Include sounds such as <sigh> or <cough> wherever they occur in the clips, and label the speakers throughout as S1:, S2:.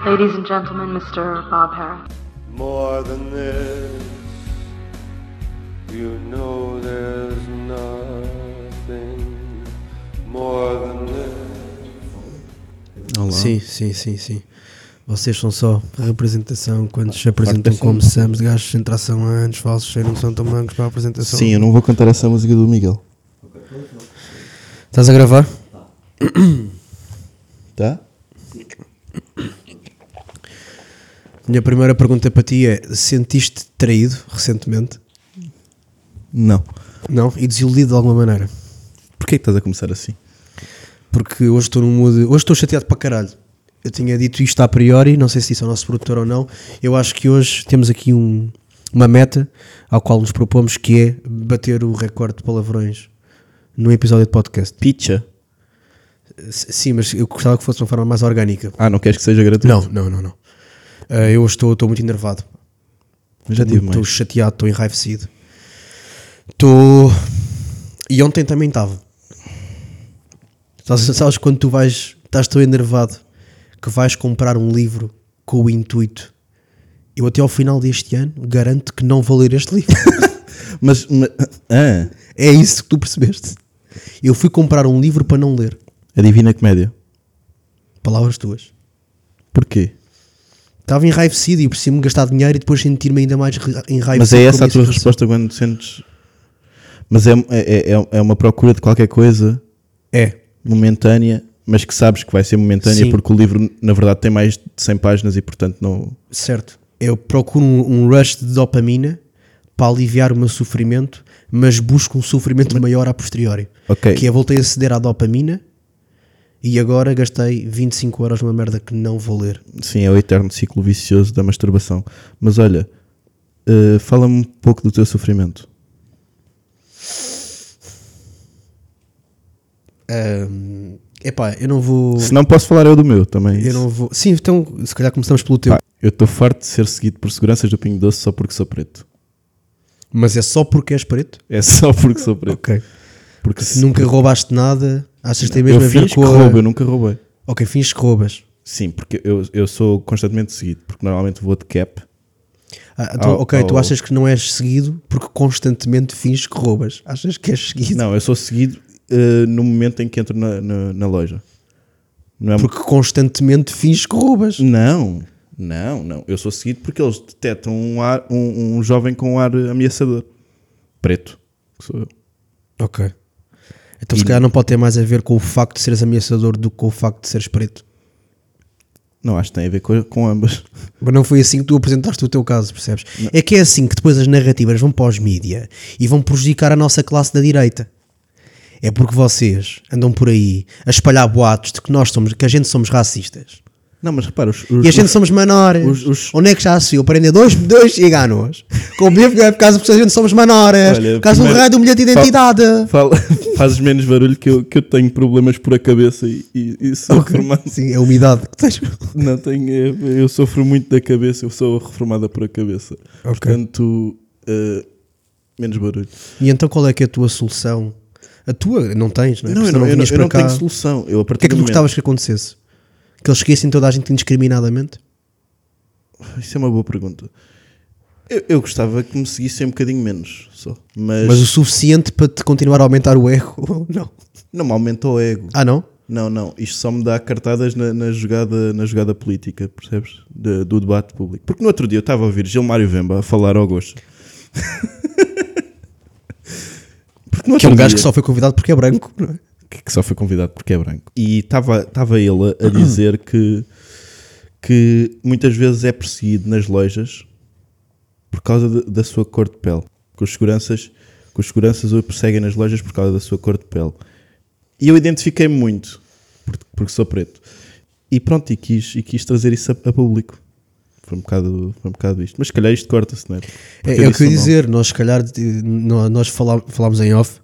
S1: Ladies and gentlemen, Mr. Bob Harris.
S2: More than this, you know there's nothing more than this.
S3: Olá.
S4: Sim, sim, sim, sim. Vocês são só representação quando se
S3: da
S4: apresentam
S3: cena.
S4: como Sams, gajos sem tração há anos, falsos, sem noção tão mancos para a apresentação.
S3: Sim, eu não vou cantar essa música do Miguel.
S4: Estás a gravar?
S3: Tá?
S4: Minha primeira pergunta para ti é: sentiste traído recentemente?
S3: Não.
S4: Não? E desiludido de alguma maneira?
S3: Porquê que estás a começar assim?
S4: Porque hoje estou num mood. Hoje estou chateado para caralho. Eu tinha dito isto a priori, não sei se disse ao nosso produtor ou não. Eu acho que hoje temos aqui um- uma meta ao qual nos propomos que é bater o recorde de palavrões num episódio de podcast.
S3: Picha.
S4: S- Sim, mas eu gostava que fosse de uma forma mais orgânica.
S3: Ah, não queres que seja gratuito?
S4: Não, não, não, não. Ah, eu estou, estou muito enervado.
S3: Eu já tive
S4: Estou
S3: mais.
S4: chateado, estou enraivecido. Estou. E ontem também estava. Sabes, sabes quando tu vais. Estás tão enervado que vais comprar um livro com o intuito. Eu até ao final deste ano garanto que não vou ler este
S3: <laughs>
S4: livro.
S3: Mas, mas ah,
S4: é isso que tu percebeste. Eu fui comprar um livro para não ler.
S3: a Divina Comédia.
S4: Palavras tuas.
S3: Porquê?
S4: Estava enraivecido e percebi-me gastar dinheiro e depois sentir-me ainda mais re- enraivecido.
S3: Mas é essa
S4: com
S3: a
S4: isso.
S3: tua resposta quando sentes. Mas é, é, é, é uma procura de qualquer coisa
S4: É.
S3: momentânea, mas que sabes que vai ser momentânea
S4: Sim.
S3: porque o livro, na verdade, tem mais de 100 páginas e, portanto, não.
S4: Certo. Eu procuro um, um rush de dopamina para aliviar o meu sofrimento, mas busco um sofrimento maior a posteriori.
S3: Ok.
S4: Que é voltei a ceder à dopamina e agora gastei 25 euros numa merda que não vou ler.
S3: Sim, é o eterno ciclo vicioso da masturbação. Mas olha, eh, fala-me um pouco do teu sofrimento.
S4: Ahm, epá, eu não vou.
S3: Se não posso falar eu do meu também.
S4: Eu não vou. Sim, então se calhar começamos pelo teu.
S3: Pá, eu estou farto de ser seguido por seguranças do Pinho Doce só porque sou preto.
S4: Mas é só porque és preto?
S3: É só porque sou preto.
S4: Ok.
S3: Porque se
S4: Nunca roubaste nada? Achas que tem
S3: eu
S4: mesmo a ver
S3: fiz que
S4: com a-
S3: roubo, eu nunca roubei.
S4: Ok, finges que roubas.
S3: Sim, porque eu, eu sou constantemente seguido, porque normalmente vou de cap.
S4: Ah, então,
S3: Ao-
S4: ok, tu
S3: ao-
S4: achas que não és seguido porque constantemente finges que roubas. Achas que és seguido
S3: Não, eu sou seguido eh, no momento em que entro na, na, na loja. Não é
S4: porque constantemente finges que roubas.
S3: Não, não, não. Eu sou seguido porque eles detectam um, ar, um, um jovem com um ar ameaçador. Preto. que sou eu.
S4: Ok. Então se calhar não pode ter mais a ver com o facto de seres ameaçador do que com o facto de seres preto.
S3: Não, acho que tem a ver com, com ambas.
S4: Mas não foi assim que tu apresentaste o teu caso, percebes? É que é assim que depois as narrativas vão para os mídia e vão prejudicar a nossa classe da direita. É porque vocês andam por aí a espalhar boatos de que nós somos, que a gente somos racistas.
S3: Não, mas repara, os, os-
S4: E a gente somos menores.
S3: os- os-
S4: Onde é que já se viu? Prender dois, dois ciganos. Com bife, é por causa porque a gente somos menores.
S3: Olha,
S4: por causa do
S3: primeiro-
S4: raio do bilhete de
S3: Fal-
S4: identidade.
S3: fala- <laughs> fazes menos barulho que eu, que eu tenho problemas por a cabeça e, e, e sou reformado.
S4: Sim, é a umidade que
S3: <laughs>
S4: tens.
S3: Não tenho, eu eu sofro muito da cabeça, eu sou reformada por a cabeça. Portanto, eh, menos barulho.
S4: E então qual é que é a tua solução? A tua não tens, não é?
S3: Não,
S4: Porque senão
S3: eu não, eu não,
S4: vinhas
S3: eu
S4: para
S3: não
S4: cá.
S3: tenho solução. Eu, a
S4: O que
S3: partir
S4: é que
S3: do
S4: tu
S3: momento-
S4: gostavas que acontecesse? Que eles seguissem toda a gente indiscriminadamente?
S3: Isso é uma boa pergunta. Eu, eu gostava que me seguissem um bocadinho menos só. Mas,
S4: Mas o suficiente para te continuar a aumentar o ego? ou <laughs> Não.
S3: não me aumenta o ego.
S4: Ah, não?
S3: Não, não. Isto só me dá cartadas na, na jogada, na jogada política, percebes? De- do debate público. Porque no outro dia eu estava a ouvir Gilmário Vemba a falar ao gosto. <laughs> Porque no
S4: Que é
S3: outro
S4: um gajo que
S3: dia-
S4: só foi convidado porque é branco, não é?
S3: que, que só foi convidado porque é branco. E estava estava ele a, a dizer que, que muitas vezes é perseguido nas lojas por causa de- da sua cor de pele. Que os seguranças, que os seguranças o perseguem nas lojas por causa da sua cor de pele. E eu identifiquei-me muito, porque, porque sou preto. E pronto, e quis, e quis trazer isso a, a público. Foi um, bocado, foi um bocado isto. Mas se calhar isto corta-se, não é? Porque
S4: É, é o que
S3: disse
S4: eu ia
S3: nome.
S4: dizer, nós se calhar de- nó- nós falá- falámos em off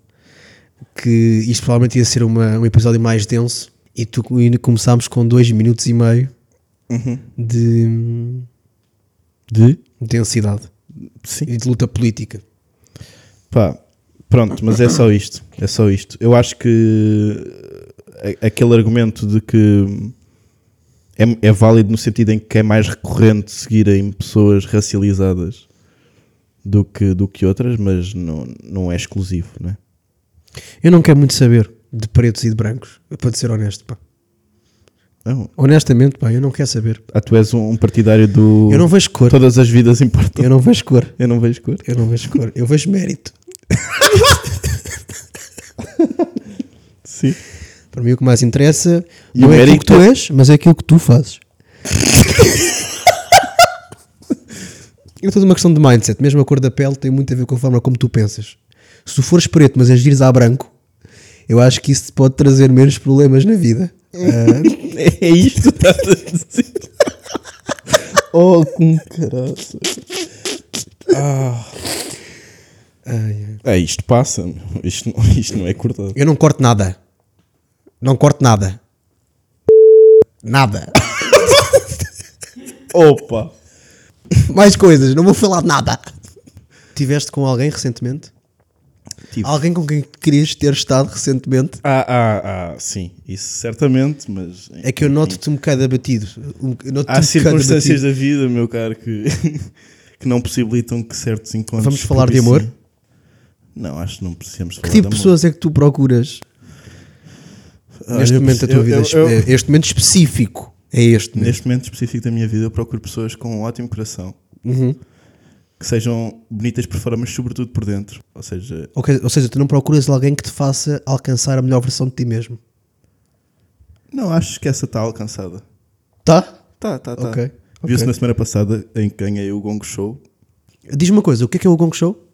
S4: que isto provavelmente ia ser uma- um episódio mais denso e, tu, e começámos com dois minutos e meio de hum,
S3: De?
S4: densidade
S3: Sim.
S4: e de luta política.
S3: Pá, pronto, mas é só isto. É só eh, isto. Eu acho que a- aquele argumento de que É, é válido no sentido em que é mais recorrente seguirem pessoas racializadas do que, do que outras, mas não, não é exclusivo, não é?
S4: Eu não quero muito saber de pretos e de brancos, para te ser honesto, pá.
S3: Não.
S4: Honestamente, pá, eu não quero saber.
S3: Ah, tu és um, um partidário do.
S4: Eu não vejo cor.
S3: Todas as vidas importam.
S4: Eu não vejo cor.
S3: Eu não vejo cor.
S4: Eu não vejo cor. Eu vejo mérito.
S3: Sim.
S4: Para mim o que mais interessa
S3: E
S4: não
S3: o
S4: é aquilo
S3: mérito
S4: que tu és, mas é aquilo que tu
S3: <laughs>
S4: fazes. é toda uma questão de mindset. Mesmo a cor da pele tem muito a ver com a forma como tu pensas. Se tu fores preto, mas agires a branco, eu acho que isso te pode trazer menos problemas na vida. Ah,
S3: <laughs> É isto que estás a dizer.
S4: <laughs>
S3: oh, com caralho.
S4: ai, ai.
S3: É, isto passa. meu. Isto não, isto não é cortado.
S4: eu não corto nada. Não corto nada. Nada.
S3: Opa!
S4: Mais coisas, não vou falar de nada. Tiveste com alguém recentemente?
S3: Tive.
S4: Alguém com quem querias ter estado recentemente?
S3: Ah, ah, ah, sim. Isso certamente, mas.
S4: É que eu noto-te um bocado abatido. Um, eu noto-te
S3: Há
S4: um
S3: circunstâncias
S4: bocado abatido.
S3: da vida, meu caro, que, <laughs> que não possibilitam que certos encontros.
S4: Vamos falar de amor?
S3: propiciem. Não, acho que não precisamos falar
S4: Que tipo de
S3: de amor.
S4: pessoas é que tu procuras
S3: Olha,
S4: neste
S3: eu
S4: momento da
S3: preciso-
S4: tua vida?
S3: eu- eu-
S4: É Este momento específico é este. Momento.
S3: Neste momento específico da minha vida, eu procuro pessoas com um ótimo coração.
S4: Uhum.
S3: Que sejam bonitas por fora, mas sobretudo por dentro. Ou seja,
S4: Ok, Ou seja, tu não procuras alguém que te faça alcançar a melhor versão de ti mesmo.
S3: não acho que essa está alcançada.
S4: Tá?
S3: Tá, tá, tá.
S4: Ok,
S3: Viu-se
S4: ok.
S3: na semana passada em que ganhei o Gong Show.
S4: Diz-me uma coisa, o que é que é o Gong Show?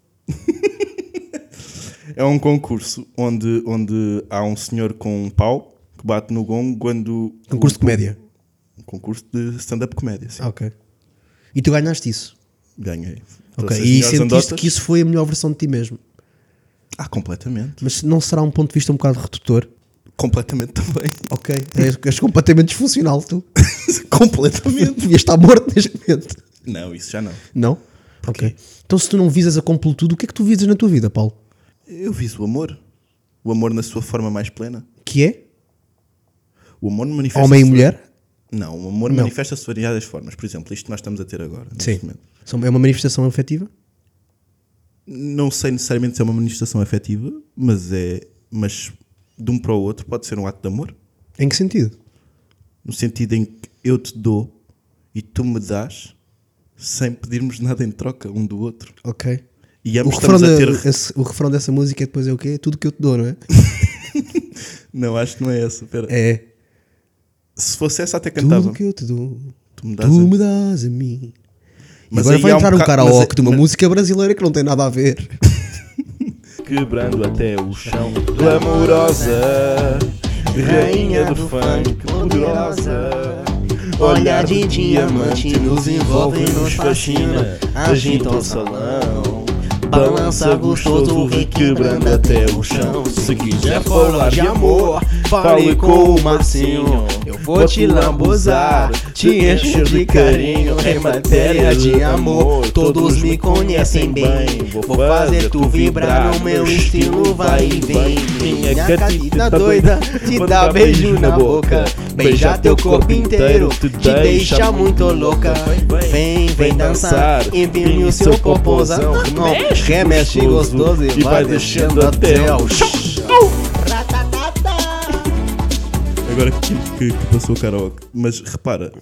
S3: É um concurso onde, onde há um senhor com um pau que bate no gong quando.
S4: Concurso de comédia.
S3: Um concurso de stand-up comédia, sim.
S4: Ah, ok. E tu ganhaste isso.
S3: Ganhei.
S4: Ok.
S3: Todas as
S4: E
S3: melhores
S4: sentiste
S3: andotas.
S4: que isso foi a melhor versão de ti mesmo.
S3: Ah, completamente.
S4: Mas não será um ponto de vista um bocado redutor?
S3: Completamente <laughs> também.
S4: Ok. És, és completamente disfuncional, tu. <laughs>
S3: completamente.
S4: Devias estar morto neste momento.
S3: Não, isso já não.
S4: Não? Ok. Então, se tu não visas a completude, o que é que tu visas na tua vida, Paulo?
S3: Eu viso o amor. O amor na sua forma mais plena.
S4: Que é
S3: O amor manifesta.
S4: homem e mulher?
S3: Não, o amor manifesta-se de variadas formas. Por exemplo, isto que nós estamos a ter agora. neste momento.
S4: São- É uma manifestação afetiva?
S3: Não sei necessariamente se é uma manifestação afetiva, mas é. Mas de um para o outro pode ser um ato de amor.
S4: Em que sentido?
S3: No sentido em que eu te dou e tu me dás sem pedirmos nada em troca um do outro.
S4: Ok.
S3: E
S4: O
S3: ambos
S4: refrão,
S3: estamos a
S4: da-
S3: ter.
S4: esse- o refrão dessa música é depois é o quê? Tudo que eu te dou, não é?
S3: Não, acho que não é essa. Pera.
S4: É.
S3: Se fosse essa, até <laughs> cantava.
S4: Tudo que eu te dou.
S3: Tu me dás
S4: Tu
S3: a-
S4: me dás a mim. E
S3: Mas
S4: agora
S3: aí
S4: vai
S3: há um
S4: entrar um,
S3: boca-
S4: karaoke
S3: mas-
S4: de uma
S3: mas-
S4: música brasileira que não tem nada a ver.
S2: Quebrando até o chão Glamourosa Rainha do funk Poderosa Olhar de diamante Nos envolve, nos fascina Agita o salão Balança gostoso Requebrando até o chão Se quiser falar de amor Fale com o Marcinho Eu vou te lambuzar Te encher de carinho Em matéria de amor Todos me conhecem bem Vou fazer tu vibrar no meu estilo vai e vem Minha catita doida te dá beijo na boca Beija teu corpo inteiro, te deixa muito louca Vem, vem dançar, empine o seu popozão Não, Remexe gostoso e vai descendo até o chão
S3: Agora que, que- que passou o karaoke. Mas repara,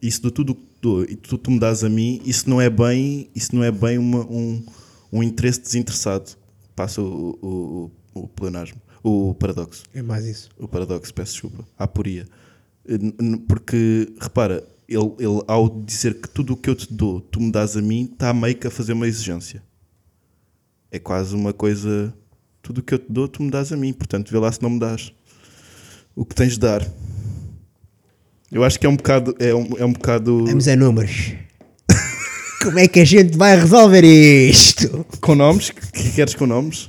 S3: isso de tudo o que dou e tu, tu me dás a mim, isso não é bem, isso não é bem uma- um, um interesse desinteressado. Passa o, o, o, o pleonasmo, o paradoxo.
S4: É mais isso.
S3: O paradoxo, peço desculpa. A aporia. Eh, N- n- Porque, repara, ele, ele ao dizer que tudo o que eu te dou, tu me dás a mim, está meio que a fazer uma exigência. É quase uma coisa. Tudo o que eu te dou, tu me dás a mim. Portanto, vê lá se não me dás. O que tens de dar. Eu acho que é um bocado. É um, é um bocado.
S4: Vamos a números. <laughs> Como é que a gente vai resolver isto?
S3: Com nomes? Que, que queres com nomes?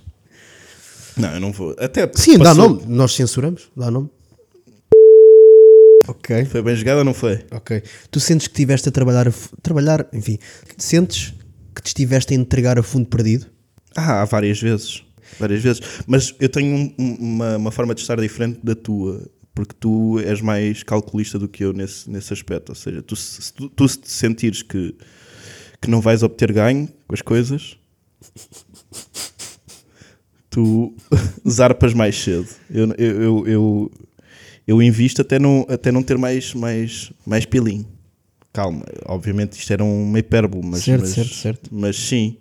S3: Não, eu não vou. Até
S4: Sim, dá
S3: passou-
S4: nome. Nós censuramos, dá nome. Ok.
S3: Foi bem jogado ou não foi?
S4: Ok. Tu sentes que estiveste a trabalhar, a fu- trabalhar, enfim, sentes que te estiveste a entregar a fundo perdido?
S3: Ah, há várias vezes. Várias vezes. Mas eu tenho um- um- uma, uma forma de estar diferente da tua. Porque tu és mais calculista do que eu nesse, nesse aspecto. Ou seja, tu se, se tu, tu se te sentires que, que não vais obter ganho com as coisas, tu <laughs> zarpas mais cedo. Eu, eu, eu, eu, eu invisto até não, até não ter mais, mais, mais pilim. Calma, obviamente isto era uma hipérbole, mas,
S4: Certo,
S3: mas,
S4: certo, certo.
S3: mas sim,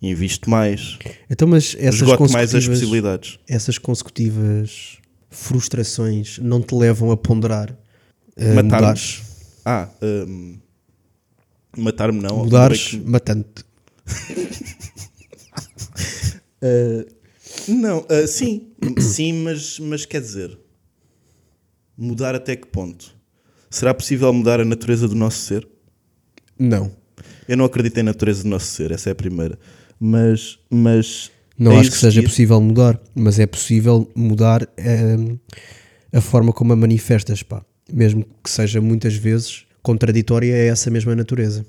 S3: invisto mais,
S4: Então, mas essas
S3: esgoto mais as
S4: consecutivas-
S3: possibilidades.
S4: essas consecutivas frustrações não te levam a ponderar a
S3: Matar-me.
S4: eh, mudares,
S3: Ah, hum, matar-me não.
S4: mudares matando-te.
S3: Não, ah, sim, <coughs> sim, mas, mas quer dizer, mudar até que ponto? Será possível mudar a natureza do nosso ser?
S4: Não.
S3: Eu não acredito em natureza do nosso ser, essa é a primeira. Mas, mas
S4: Não
S3: a
S4: acho que seja
S3: É existir-
S4: possível mudar, mas é possível mudar hum, a forma como a manifestas, pá. Mesmo que seja muitas vezes contraditória a essa mesma natureza.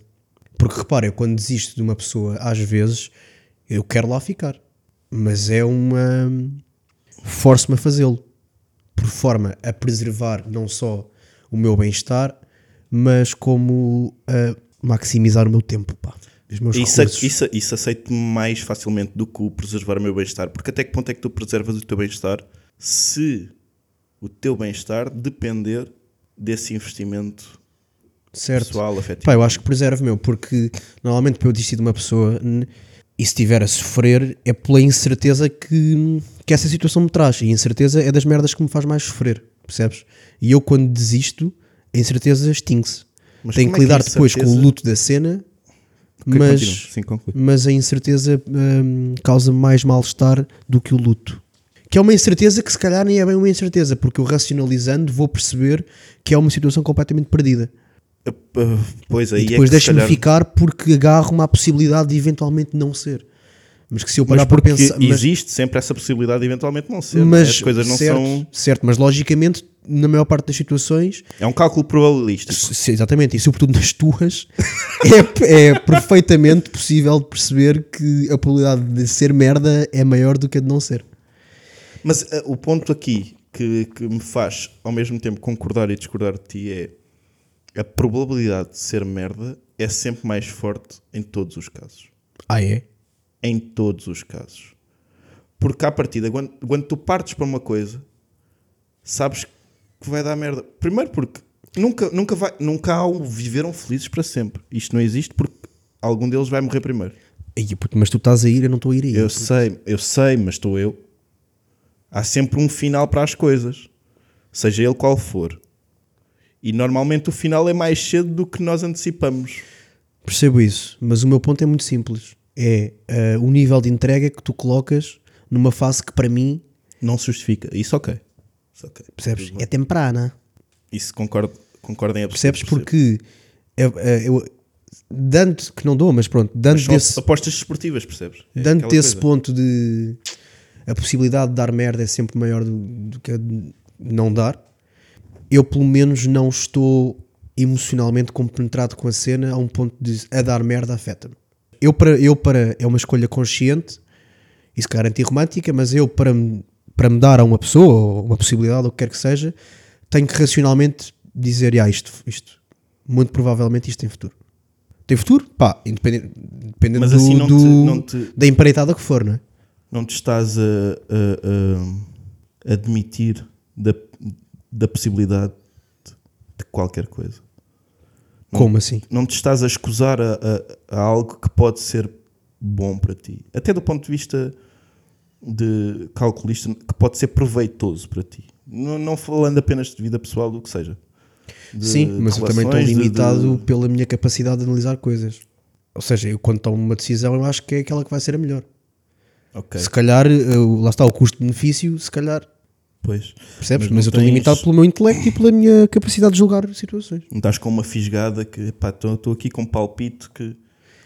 S4: Porque repara, eu quando desisto de uma pessoa, às vezes eu quero lá ficar, mas é uma. forço-me a fazê-lo, por forma a preservar não só o meu bem-estar, mas como a maximizar o meu tempo, pá. Os meus
S3: Isso, é
S4: recursos.
S3: isso, isso aceito mais facilmente do que o preservar o meu bem-estar. Porque até que ponto é que tu preservas o teu bem-estar se o teu bem-estar depender desse investimento
S4: certo.
S3: pessoal, afetivo?
S4: Pá, eu acho que preservo, meu, porque normalmente para eu desistir de uma pessoa n- e se estiver a sofrer é pela incerteza que, que essa situação me traz. E a incerteza é das merdas que me faz mais sofrer, percebes? E eu quando desisto, a incerteza extingue-se.
S3: Mas
S4: Tenho
S3: como
S4: que
S3: é que
S4: lidar
S3: a
S4: depois com o
S3: incerteza-
S4: luto da cena,
S3: Ok,
S4: mas,
S3: continua. Sim, conclui.
S4: mas a incerteza hum, causa mais mal-estar do que o luto. Que é uma incerteza que se calhar nem é bem uma incerteza, porque eu racionalizando vou perceber que é uma situação completamente perdida.
S3: Ah, ah, Pois aí
S4: E depois
S3: é que se
S4: deixa-me
S3: calhar-
S4: ficar porque agarro-me à possibilidade de eventualmente não ser. Mas que se eu parar
S3: Mas
S4: para
S3: porque
S4: pensar. Mas,
S3: existe sempre essa possibilidade de eventualmente não ser. não é?
S4: mas
S3: As coisas não
S4: certo,
S3: são.
S4: certo, mas logicamente, na maior parte das situações,
S3: É um cálculo probabilístico.
S4: se- se- exatamente, e sobretudo nas tuas, <laughs> é, é perfeitamente possível de perceber que a probabilidade de ser merda é maior do que a de não ser.
S3: Mas ah, o ponto aqui que, que me faz ao mesmo tempo concordar e discordar de ti é a probabilidade de ser merda é sempre mais forte em todos os casos.
S4: Ah, é?
S3: Em todos os casos. Porque à partida, quando, quando tu partes para uma coisa, sabes que vai dar merda. Primeiro porque nunca, nunca, vai, nunca há um viveram felizes para sempre. Isto não existe porque algum deles vai morrer primeiro.
S4: Ai, puto, mas tu estás a ir, eu não estou a ir aí.
S3: Eu sei, eu sei, mas estou eu. Há sempre um final para as coisas, seja ele qual for. E normalmente o final é mais cedo do que nós antecipamos.
S4: Percebo isso, mas o meu ponto é muito simples. É ah, o nível de entrega que tu colocas numa fase que para mim,
S3: Não se justifica. Isso ok. Isso ok.
S4: percebes? É temprana.
S3: Isso concordo, concordo em absoluto.
S4: Percebes?
S3: percebo.
S4: Porque eu, eu- dando que não dou, mas pronto, dando
S3: São
S4: desse,
S3: apostas desportivas, percebes? É
S4: dando
S3: aquela
S4: desse
S3: coisa.
S4: ponto de a possibilidade de dar merda é sempre maior do, do que a de não dar, eu pelo menos não estou emocionalmente compenetrado com a cena a um ponto de a dar merda afeta-me. Eu para, eu para é uma escolha consciente e se calhar antirromântica, mas eu para me, para me dar a uma pessoa ou uma possibilidade ou o que quer que seja, tenho que racionalmente dizer, ah, isto, isto, muito provavelmente isto tem futuro. Tem futuro? Pá, independente, dependendo
S3: Mas
S4: do,
S3: assim não te-
S4: do-
S3: não te-
S4: da empreitada que for, não é?
S3: Não te estás a, a- a admitir da, da possibilidade de qualquer coisa. Hum.
S4: Como assim?
S3: não te estás a escusar a, a- a algo que pode ser bom para ti, até do ponto de vista de calculista, que pode ser proveitoso para ti, não, não falando apenas de vida pessoal, do que seja. De
S4: Sim, mas eu também estou
S3: relações, de-
S4: limitado
S3: de-
S4: pela minha capacidade de analisar coisas. Ou seja, eu quando tomo uma decisão, eu acho que é aquela que vai ser a melhor.
S3: Ok,
S4: Se calhar, eu- lá está o custo-benefício, se calhar,
S3: pois.
S4: percebes? Mas,
S3: não
S4: eu estou
S3: tens-
S4: limitado pelo meu intelecto e pela minha capacidade de julgar situações.
S3: Não estás com é uma fisgada que, pá, estou aqui com um palpite que...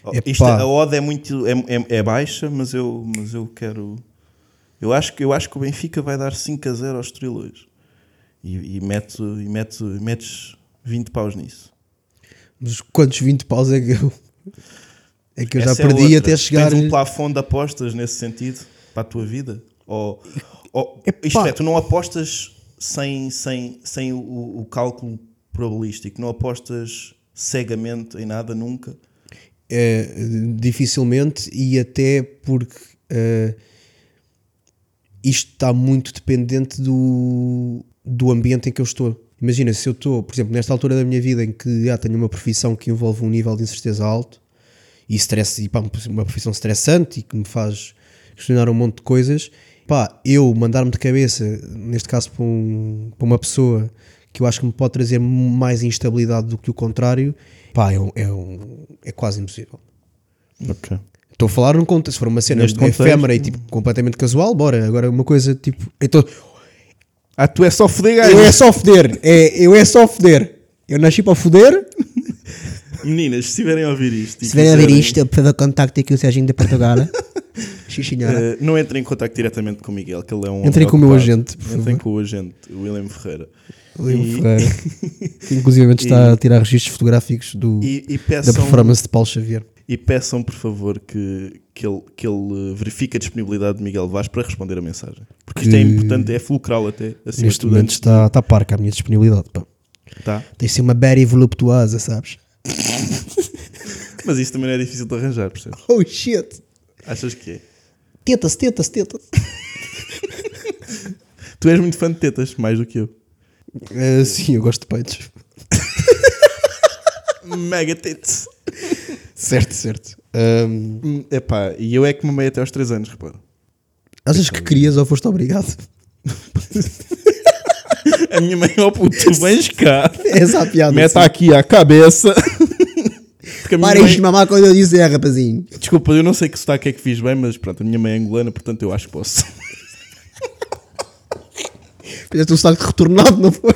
S3: Oh,
S4: Epá.
S3: isto- a odd é muito é, é- é baixa, mas eu, mas eu quero... Eu acho, que- eu acho que o Benfica vai dar 5 a 0 aos trilhões. E, e, metes, e, metes, e metes 20 paus nisso.
S4: Mas quantos 20 paus é que eu, é que eu já
S3: Essa é
S4: perdi
S3: outra.
S4: até chegar.
S3: Tens um plafond de apostas nesse sentido para a tua vida? Ou, ou-
S4: Epá.
S3: isto é, tu não apostas sem, sem, sem o, o cálculo probabilístico. Não apostas cegamente em nada nunca.
S4: É, dificilmente e até porque eh, isto está muito dependente do, do ambiente em que eu estou. Imagina, se eu estou, por exemplo, nesta altura da minha vida em que já tenho uma profissão que envolve um nível de incerteza alto e stress, e pá, uma profissão estressante e que me faz questionar um monte de coisas, pá, eu mandar-me de cabeça, neste caso para, um- para uma pessoa que eu acho que me pode trazer mais instabilidade do que o contrário, pá, é, um- é um- é quase impossível.
S5: Ok.
S4: Estou a falar num contexto, se for uma cena
S5: Neste contexto.
S4: efêmera e tipo, completamente casual, bora. Agora uma coisa tipo. Então,
S5: Ah, tu é só foder
S4: eu é
S5: gajo.
S4: só foder, é, eu é só foder. Eu nasci para foder.
S3: Meninas, se estiverem a ouvir isto. e
S4: Se vierem a ver
S3: quiserem,
S4: isto, por favor, contacte aqui o Serginho da <laughs> Portugal. Xixinhara.
S3: eh, não entrem em contacto diretamente com o Miguel, que ele é um. homem
S4: Entrem com o meu
S3: ocupado.
S4: agente, por
S3: Entrem
S4: favor.
S3: com o agente, o William Ferreira.
S4: Leo
S3: E- <laughs>
S4: Ferreira, que inclusive está a tirar registros fotográficos do,
S3: E, é um e
S4: da
S3: peçam,
S4: performance de Paulo Xavier.
S3: e peçam, por favor, que, que, ele, que ele eh, verifique a disponibilidade de Miguel Vaz para responder a mensagem. Porque isto é
S4: Que-
S3: importante, é fulcral até. Acima de
S4: Neste
S3: tudo,
S4: momento está, está parca a minha disponibilidade. Pá.
S3: antes- tá.
S4: Tem de ser uma berry voluptuosa, sabes?
S3: Mas isso também não é difícil de arranjar, percebes?
S4: Oh shit!
S3: Achas que é?
S4: Tetas, tetas, tetas.
S3: Tu és muito fã de tetas, mais do que eu.
S4: Ah, sim, eu gosto de peitos.
S3: Mega tetas.
S4: Certo, certo. Ahm,
S3: Epá, e eu é que mamei até aos 3 anos, repara.
S4: achas que querias ou foste obrigado?
S3: A minha mãe, ó puto, tu vens cá.
S4: Essa <laughs> é a piada.
S5: Meta
S4: sim.
S5: aqui a cabeça.
S3: <laughs> Porque a minha
S4: Parem
S3: mãe-
S4: de mamar quando eu disse é, rapazinho.
S3: Desculpa, eu não sei que sotaque é que fiz bem, mas pronto, a minha mãe é angolana, portanto eu acho que <laughs> posso.
S4: Fizeste um sotaque retornado, não foi?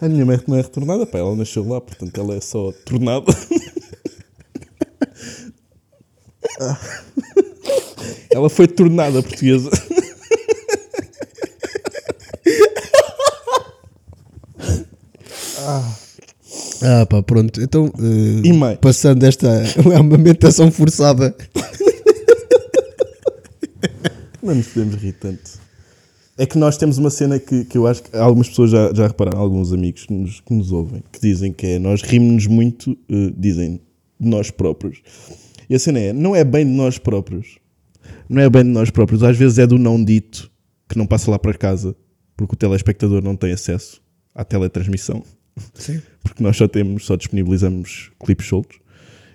S3: a minha mãe não é retornada, pá, ela nasceu lá, portanto ela é só <laughs> tornada. ela foi tornada portuguesa.
S4: Ah, pá, pronto. Então, eh,
S3: E mãe?
S4: passando esta <laughs> amamentação forçada.
S3: Não nos podemos rir tanto. É que nós temos uma cena que, que eu acho que algumas pessoas já, já repararam, alguns amigos que nos, que nos ouvem, que dizem que é nós rimos-nos muito, eh, dizem, de nós próprios. E a cena é, não é bem de nós próprios. Não é bem de nós próprios. Às vezes é do não dito que não passa lá para casa, porque o telespectador não tem acesso à teletransmissão
S4: Sim.
S3: <laughs> porque nós só temos, só disponibilizamos clipes soltos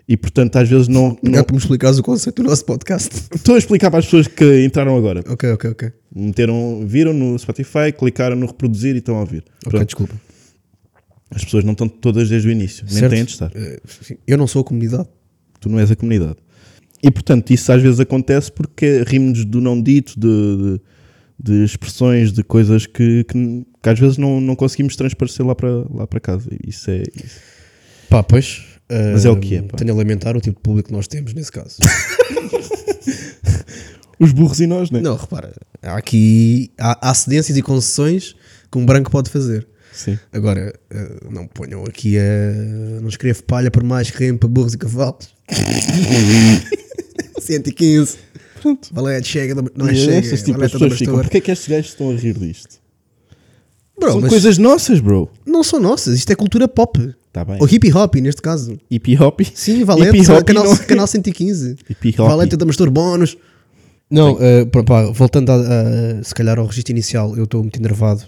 S3: e portanto às vezes não, não...
S4: Obrigado por me explicares o conceito do nosso podcast.
S3: estou a explicar para as pessoas que entraram agora
S4: <laughs> ok, ok, ok.
S3: meteram, viram no Spotify, clicaram no reproduzir e estão a ouvir
S4: Ok,
S3: Pronto,
S4: desculpa.
S3: as pessoas não estão todas desde o início nem
S4: Certo.
S3: têm de estar,
S4: Eh, sim, eu não sou a comunidade.
S3: tu não és a comunidade e portanto isso às vezes acontece porque rimos do não dito de, de, de expressões, de coisas que, que, que às vezes não, não conseguimos transparecer lá para, lá para casa isso é isso.
S4: Pá, pois.
S3: Mas é o que é, pá.
S4: Eh, Tenho a lamentar o tipo de público que nós temos nesse
S3: <laughs>
S4: caso.
S3: os burros e nós, né?
S4: não, repara. Há aqui. Há, há cedências e concessões que um branco pode fazer.
S3: sim
S4: Agora, eh, não ponham aqui a. Não escrevo palha por mais que rime para burros e
S3: <laughs>
S4: cavalos. 115. Pronto. Valete, chega, não- não é
S3: E é
S4: chega.
S3: essas tipo, as
S4: valete,
S3: pessoas
S4: não
S3: ficam,
S4: bastou.
S3: porque é que estes gajos estão a rir disto?
S4: Bro,
S3: São
S4: mas
S3: coisas nossas, bro.
S4: não são nossas, isto é cultura pop.
S3: Tá bem.
S4: Ou hip hop, neste caso.
S3: Hip hop.
S4: Sim, Valente,
S3: Hip hop
S4: canal,
S3: não-
S4: canal 115.
S3: Hip hop.
S4: Valente da Mastor Bónus. Não, eh, pá, pá, voltando a, a- se calhar ao registro inicial, eu estou muito enervado,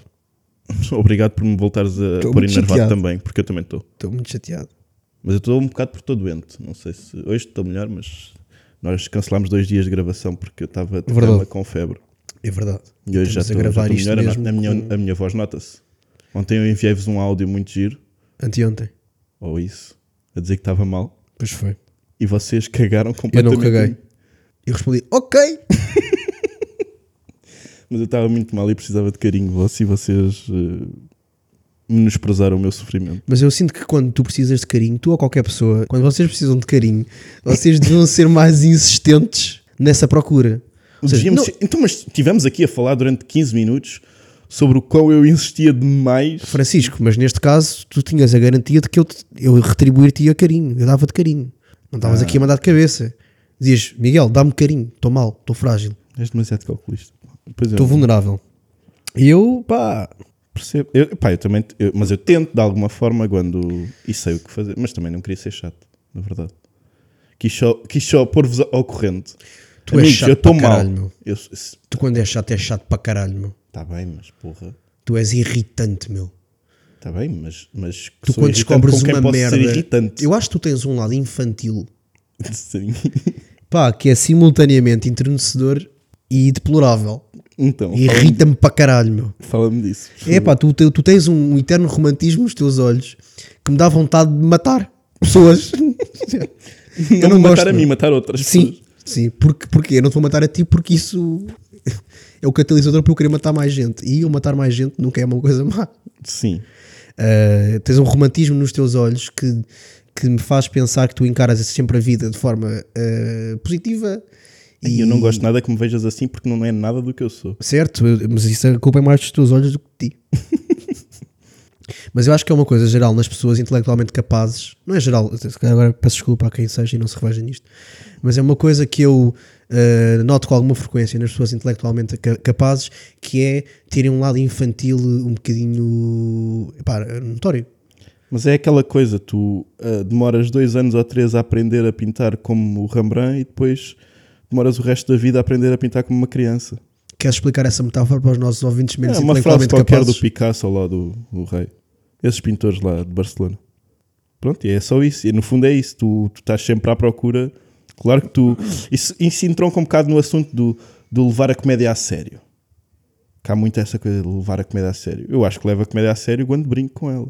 S3: Obrigado por me voltares a
S4: Tô
S3: pôr
S4: muito
S3: enervado
S4: chateado.
S3: também, porque eu também estou.
S4: estou muito chateado.
S3: Mas eu estou um bocado por todo doente. Não sei se. Hoje estou melhor, mas nós cancelámos dois dias de gravação porque eu estava de
S4: Verdade.
S3: cama com febre.
S4: É verdade.
S3: E hoje já
S4: Estamos
S3: estou já estou melhor. A, no- a minha,
S4: com-
S3: a minha voz nota-se. Ontem eu enviei-vos um áudio muito giro,
S4: Anteontem.
S3: ou isso, a dizer que estava mal.
S4: Pois foi.
S3: E vocês cagaram
S4: Eu
S3: completamente.
S4: não caguei. Eu respondi, ok.
S3: Mas eu estava muito mal e precisava de carinho vosso e vocês eh, menosprezaram o meu sofrimento.
S4: Mas eu sinto que quando tu precisas de carinho, tu ou qualquer pessoa, quando vocês precisam de carinho, vocês deviam ser mais insistentes nessa procura. Ou seja,
S3: Devíamos
S4: não-
S3: ser- Então, mas estivemos aqui a falar durante 15 minutos sobre o qual eu insistia demais.
S4: Francisco, mas neste caso tu tinhas a garantia de que eu, te- eu retribuir-te a carinho, eu
S3: Ah.
S4: dava-te carinho. Não estavas aqui a mandar de cabeça. Dizias, Miguel, dá-me carinho, estou mal, estou frágil.
S3: És demasiado calculista. Pois é,
S4: Estou vulnerável. E eu, pá,
S3: percebo. Eu, pá, eu também, eu- mas eu tento de alguma forma quando. E sei o que fazer, mas também não queria ser chato, na verdade. Quis só, quis só pôr-vos ao corrente.
S4: Tu és chato
S3: eu estou
S4: pra
S3: mal.
S4: caralho, meu.
S3: Eu, se-
S4: tu quando és chato, és chato para caralho, meu.
S3: Tá bem, mas porra.
S4: Tu és irritante, meu.
S3: Tá bem, mas. mas que
S4: Tu
S3: sou
S4: quando
S3: irritante
S4: descobres
S3: com quem
S4: uma
S3: posso
S4: merda.
S3: Ser irritante.
S4: Eu acho que tu tens um lado infantil,
S3: <laughs> Sim.
S4: pá, que é simultaneamente entrenecedor e deplorável.
S3: Então, fala-me
S4: Irrita-me para caralho, meu.
S3: fala-me disso. por
S4: É pá, tu, tu, tu tens um eterno romantismo nos teus olhos que me dá vontade de matar pessoas. <laughs>
S3: favor.
S4: eu não
S3: matar
S4: gosto,
S3: é um a
S4: meu.
S3: mim, matar outras
S4: Sim,
S3: pessoas.
S4: sim. Porque, porque eu não te vou matar a ti porque isso <laughs> é o catalisador para eu querer matar mais gente. E eu matar mais gente nunca é uma coisa má.
S3: Sim.
S4: Uh, tens um romantismo nos teus olhos que, que me faz pensar que tu encaras sempre a vida de forma uh, positiva.
S3: E eu não gosto nada que me vejas assim porque não é nada do que eu sou.
S4: Certo, eu- mas isso a culpa é mais dos teus olhos do que de ti. <laughs> mas eu acho que é uma coisa geral nas pessoas intelectualmente capazes. Não é geral, se calhar agora peço desculpa a quem seja e não se reveja nisto. Mas é uma coisa que eu uh, noto com alguma frequência nas pessoas intelectualmente ca- capazes que é terem um lado infantil um bocadinho epá, notório.
S3: Mas é aquela coisa, tu ah, demoras dois anos ou três a aprender a pintar como o Rembrandt e depois demoras o resto da vida a aprender a pintar como uma criança.
S4: Queres explicar essa metáfora para os nossos ouvintes menos
S3: É uma frase
S4: intelectualmente
S3: qualquer
S4: capazes?
S3: do Picasso ou lá do, do Rei. Esses pintores lá de Barcelona. Pronto, e é só isso. E no fundo é isso. Tu, tu estás sempre à procura. Claro que tu. Isso, isso entronca um bocado no assunto do, do levar a comédia a sério. Que há muito essa coisa de levar a comédia a sério. Eu acho que levo a comédia a sério quando brinco com ela.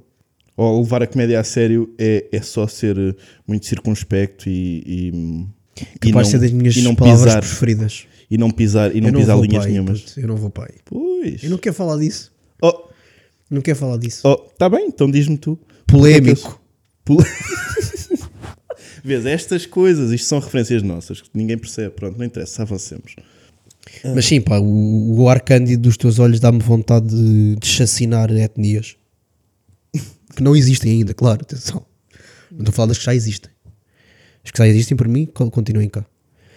S3: Ou levar a comédia a sério é, é só ser eh, muito circunspecto e. e
S4: Capaz de ser das minhas
S3: e não
S4: palavras
S3: pisar
S4: preferidas.
S3: e não pisar e não,
S4: eu não
S3: pisar
S4: vou
S3: linhas
S4: para aí,
S3: nenhumas
S4: puto, Eu não vou para aí.
S3: pois
S4: Eu não quero falar disso.
S3: Oh,
S4: Não quero falar disso.
S3: Oh, tá bem, então diz-me tu.
S4: Polémico.
S3: Pula- Vês, estas coisas, isto são referências nossas, que ninguém percebe, pronto, não interessa, avancemos.
S4: Mas sim, pá, o, o ar cândido dos teus olhos dá-me vontade de, de chacinar etnias. Que não existem ainda, claro, atenção. Não estou a falar das que já existem. As que já existem, para mim, co- continuem cá.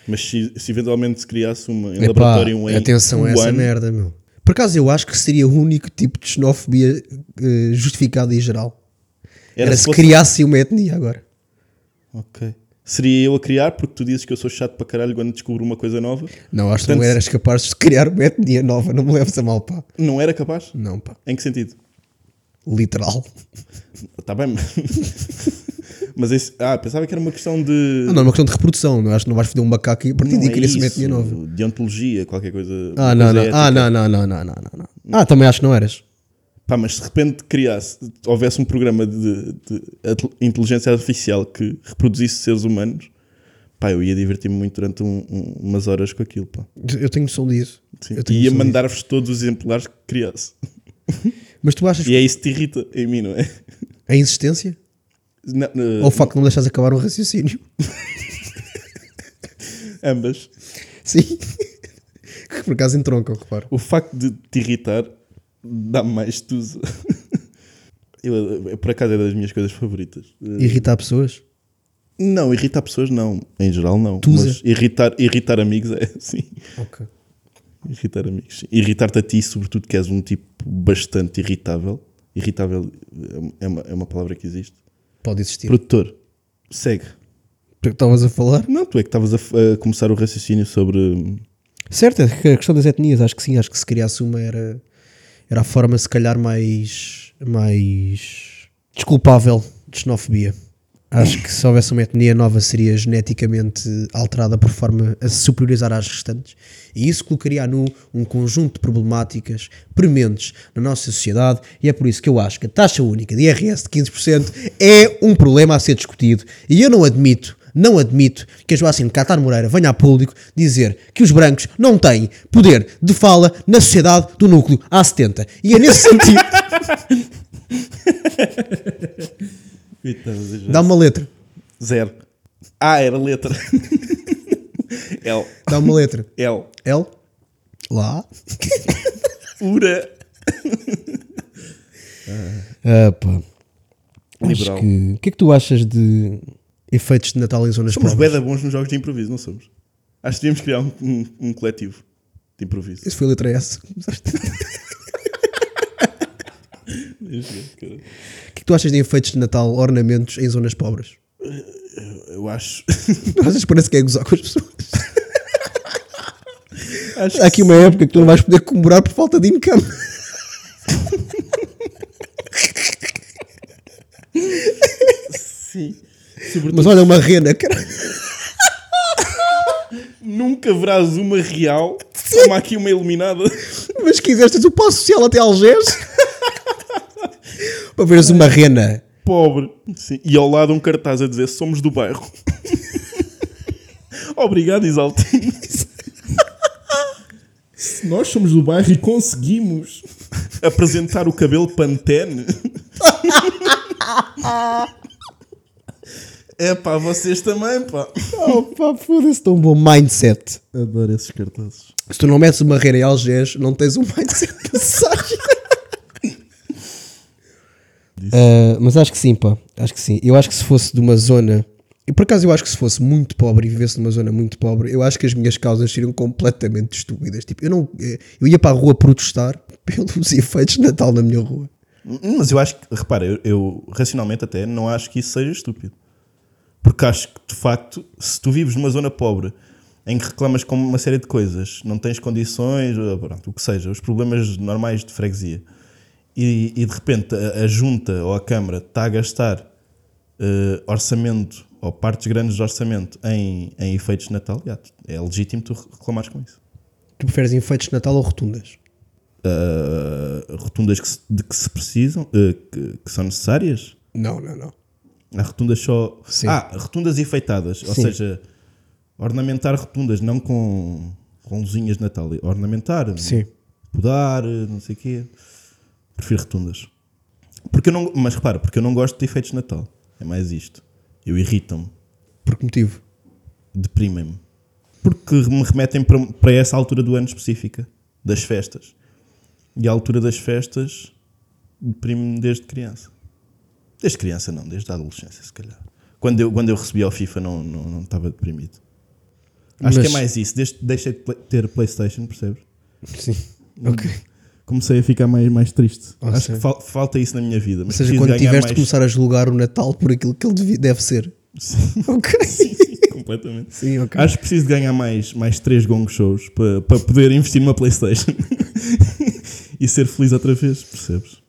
S3: Mas se, se eventualmente se criasse uma, em
S4: Epá,
S3: laboratório um em
S4: atenção a
S3: um
S4: essa
S3: ano,
S4: merda, meu. Por acaso, eu acho que seria o único tipo de xenofobia eh, justificada e geral. Era, se,
S3: fosse-
S4: criasse uma etnia agora.
S3: Ok. Seria eu a criar, porque tu dizes que eu sou chato para caralho quando descubro uma coisa nova.
S4: Não, acho que
S3: Portanto,
S4: não eras capaz de criar uma etnia nova, não me leves a mal, pá.
S3: Não era capaz?
S4: Não, pá.
S3: Em que sentido?
S4: Literal.
S3: Tá bem, mas- <laughs> mas esse... Ah, pensava que era uma questão de...
S4: Não, não é uma questão de reprodução, não acho que não vais foder um macaco e a partir
S3: Não
S4: daí
S3: é
S4: cria-se uma
S3: isso, é tipo
S4: etnia nova.
S3: De ontologia, qualquer coisa...
S4: Ah,
S3: uma
S4: não,
S3: coisa
S4: não.
S3: ética.
S4: ah, não, não, não, não, não, não, não. Ah, também acho que não eras.
S3: Pá, mas se de repente criasse, houvesse um programa de, de atel- inteligência artificial que reproduzisse seres humanos, pá, eu ia divertir-me muito durante um- um- umas horas com aquilo, pá.
S4: Eu tenho noção disso.
S3: Sim.
S4: Eu tenho
S3: E ia
S4: noção
S3: mandar-vos todos os exemplares que criasse.
S4: disso. Mas tu achas
S3: E é isso que te irrita em mim, não é? <laughs>
S4: a insistência?
S3: Não, não,
S4: Ou o facto de não me deixares acabar um raciocínio? <laughs>
S3: ambas.
S4: Sim. que por acaso entroncam, reparo.
S3: O facto de te irritar dá-me mais tusa. <laughs> Eu, eu, por acaso é das minhas coisas favoritas.
S4: Irritar pessoas?
S3: Não, irritar pessoas não. Em geral não.
S4: Tusa.
S3: Mas irritar, irritar amigos é <laughs> sim.
S4: Ok.
S3: Irritar amigos. sim. Irritar-te a ti, sobretudo, que és um tipo bastante irritável. Irritável é uma, é uma palavra que existe.
S4: Pode existir.
S3: Produtor, segue.
S4: Porque estavas a falar?
S3: Não, tu é que estavas a, f- a começar o raciocínio sobre. hum,
S4: Certo, é que a questão das etnias, acho que sim, acho que se criasse uma era, era a forma se calhar mais, mais desculpável de xenofobia. Acho que se houvesse uma etnia nova seria geneticamente alterada por forma a se superiorizar às restantes e isso colocaria a nu um conjunto de problemáticas prementes na nossa sociedade e é por isso que eu acho que a taxa única de IRS de 15% é um problema a ser discutido e eu não admito não admito que a Joacim Catar Moreira venha a público dizer que os brancos não têm poder de fala na sociedade do núcleo A70. E é nesse <laughs> sentido.
S3: estavas a dizer-
S4: dá uma letra.
S3: Zero. Ah, era letra. <laughs> L.
S4: Dá uma letra.
S3: L.
S4: L. Lá.
S3: Ura.
S4: Ah, pá. Acho
S3: Liberal.
S4: que. O que é que tu achas de efeitos de Natal em zonas
S3: Somos
S4: pobres?
S3: beda bons nos jogos de improviso, não somos? Acho que devíamos criar um, um- um coletivo. de improviso.
S4: Isso foi a letra S. <laughs> é O que é que tu achas de enfeites de Natal, ornamentos em zonas pobres?
S3: Eu acho. <laughs>
S4: Às vezes parece que é gozar com as pessoas.
S3: acho
S4: Há aqui uma época que tu não vais poder comemorar por falta de income.
S3: sim. Sobretudo,
S4: Mas olha, uma rena, cara.
S3: nunca verás uma real como há aqui uma iluminada.
S4: Mas se quiseres, tens o passo social até Algés. Para veres uma rena.
S3: Pobre. Sim. E ao lado um cartaz a dizer somos do bairro. <laughs> Obrigado, Exaltino.
S6: Nós somos do bairro e conseguimos.
S3: Apresentar o cabelo Pantene.
S6: <laughs>
S3: É pá, vocês também, pá.
S4: Oh, pá, foda-se, tão bom mindset.
S3: Adoro esses cartazes.
S4: Se tu não metes uma rena em Algés, não tens um mindset necessário. Ah, mas acho que sim, pá. Acho que sim. Eu acho que se fosse de uma zona. E por acaso eu acho que se fosse muito pobre e vivesse numa zona muito pobre, eu acho que as minhas causas seriam completamente estúpidas. Tipo, eu não. eh, Eu ia para a rua protestar <laughs> pelos efeitos de Natal na minha rua.
S3: Hum, Mas eu acho que, repara, eu, eu racionalmente até não acho que isso seja estúpido. Porque acho que, de facto, se tu vives numa zona pobre em que reclamas com uma série de coisas, não tens condições, ou, pronto, o que seja, os problemas normais de freguesia, e, e de repente a, a junta ou a Câmara está a gastar eh, orçamento ou partes grandes de orçamento em, em efeitos de Natal, já, é legítimo tu reclamares com isso.
S4: Tu preferes enfeites de Natal ou rotundas?
S3: Eh, rotundas que se, de que se precisam, eh, que- que são necessárias,
S4: Não, não, não.
S3: Há rotundas só.
S4: Sim.
S3: Ah, rotundas enfeitadas. Ou
S4: Sim.
S3: seja, ornamentar rotundas, não com, com luzinhas de Natal. Ornamentar.
S4: Sim.
S3: Podar, não sei o quê. Prefiro rotundas. Porque eu não, mas repara, porque eu não gosto de efeitos de Natal. É mais isto. Eu irritam-me.
S4: Por que motivo?
S3: Deprimem-me. Porque me remetem para, para essa altura do ano específica. Das festas. E a altura das festas deprime-me desde criança. Desde criança não, desde a adolescência, se calhar. Quando eu, quando eu recebi ao FIFA não, não, não estava deprimido. Acho que é
S4: Mas-
S3: mais isso. Desde, deixei de play- ter Playstation, percebes?
S4: Sim. Ok.
S6: Comecei a ficar mais, mais triste.
S4: Ou
S3: Acho
S4: seja,
S3: que fal- falta isso na minha vida.
S4: Ah, ou
S3: Mas
S4: seja,
S3: preciso
S4: quando
S3: ganhar
S4: tiveres de
S3: mais...
S4: começar a julgar o Natal por aquilo que ele devi- deve ser.
S3: Sim, <laughs>
S4: Ok. <laughs>
S3: completamente.
S4: Sim, ok.
S3: Acho que preciso de ganhar mais, mais três gong shows para, para poder investir numa Playstation <laughs> e ser feliz outra vez, percebes?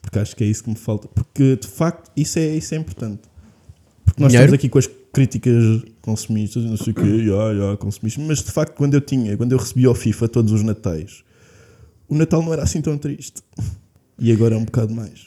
S3: Porque acho que é isso que me falta. Porque de facto isso é, isso é importante. Porque nós
S4: Dinheiro?
S3: estamos aqui com as críticas consumistas e não sei o quê, ya, ya, consumismo, mas de facto quando eu tinha, quando eu recebi ao FIFA todos os natais, o Natal não era assim tão triste. E agora é um bocado mais.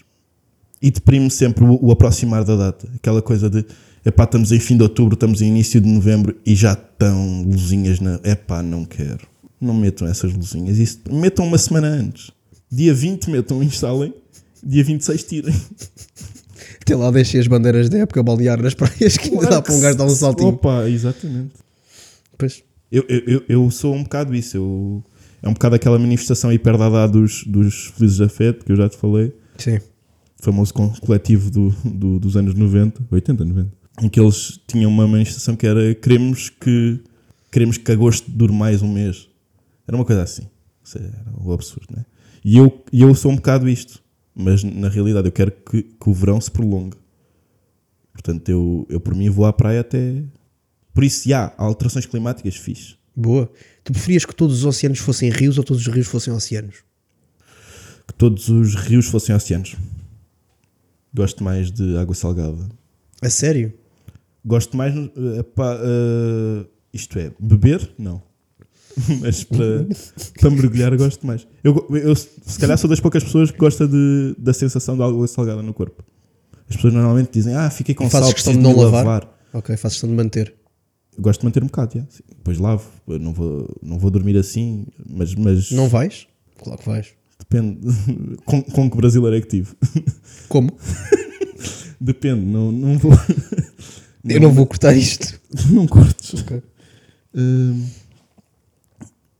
S3: E deprime sempre o, o aproximar da data. Aquela coisa de epá, estamos em fim de outubro, estamos em início de novembro e já estão luzinhas na. Epá, não quero. Não metam essas luzinhas. Isso, metam uma semana antes. Dia 20 metam, instalem. Dia 26 tirem.
S4: Até lá deixei as bandeiras da época balnear nas praias que ainda <laughs> dá para um gajo dar um saltinho.
S3: Opa, exatamente.
S4: Pois.
S3: Eu, eu, eu, eu sou um bocado isso. Eu, é um bocado aquela manifestação hiperdadá dos, dos Felizes da Fede, que eu já te falei.
S4: Sim.
S3: famoso con- coletivo do, do- dos anos 90, 80, 90, em que eles tinham uma manifestação que era queremos que, queremos que agosto dure mais um mês. Era uma coisa assim. Isso era o absurdo, não é? E eu, e eu sou um bocado isto, mas na realidade eu quero que, que o verão se prolongue. Portanto, eu, eu por mim vou à praia até. Por isso, já, há alterações climáticas, fixe.
S4: Boa. Tu preferias que todos os oceanos fossem rios ou todos os rios fossem oceanos?
S3: Que todos os rios fossem oceanos. Gosto mais de água salgada.
S4: A sério?
S3: Gosto mais. eh, pá, eh, isto é, beber? Não. <laughs> Mas para, para mergulhar, gosto mais. Eu, go- eu, se calhar, sou das poucas pessoas que gosta de, da sensação de água salgada no corpo. As pessoas normalmente dizem: Ah, fiquei com
S4: E fazes
S3: sal,
S4: questão
S3: preciso
S4: de não
S3: me
S4: lavar?" Ok, faço questão de manter.
S3: Eu gosto de manter um bocado, já, sim. depois lavo. Eu não, vou, não vou dormir assim, mas, mas
S4: Não vais? Claro que vais.
S3: depende. <laughs> com, com que brasileiro é que tive? <laughs>
S4: Como?
S3: Depende, não, não vou.
S4: Eu não vou cortar isto.
S3: <laughs> Não curtes. Hum,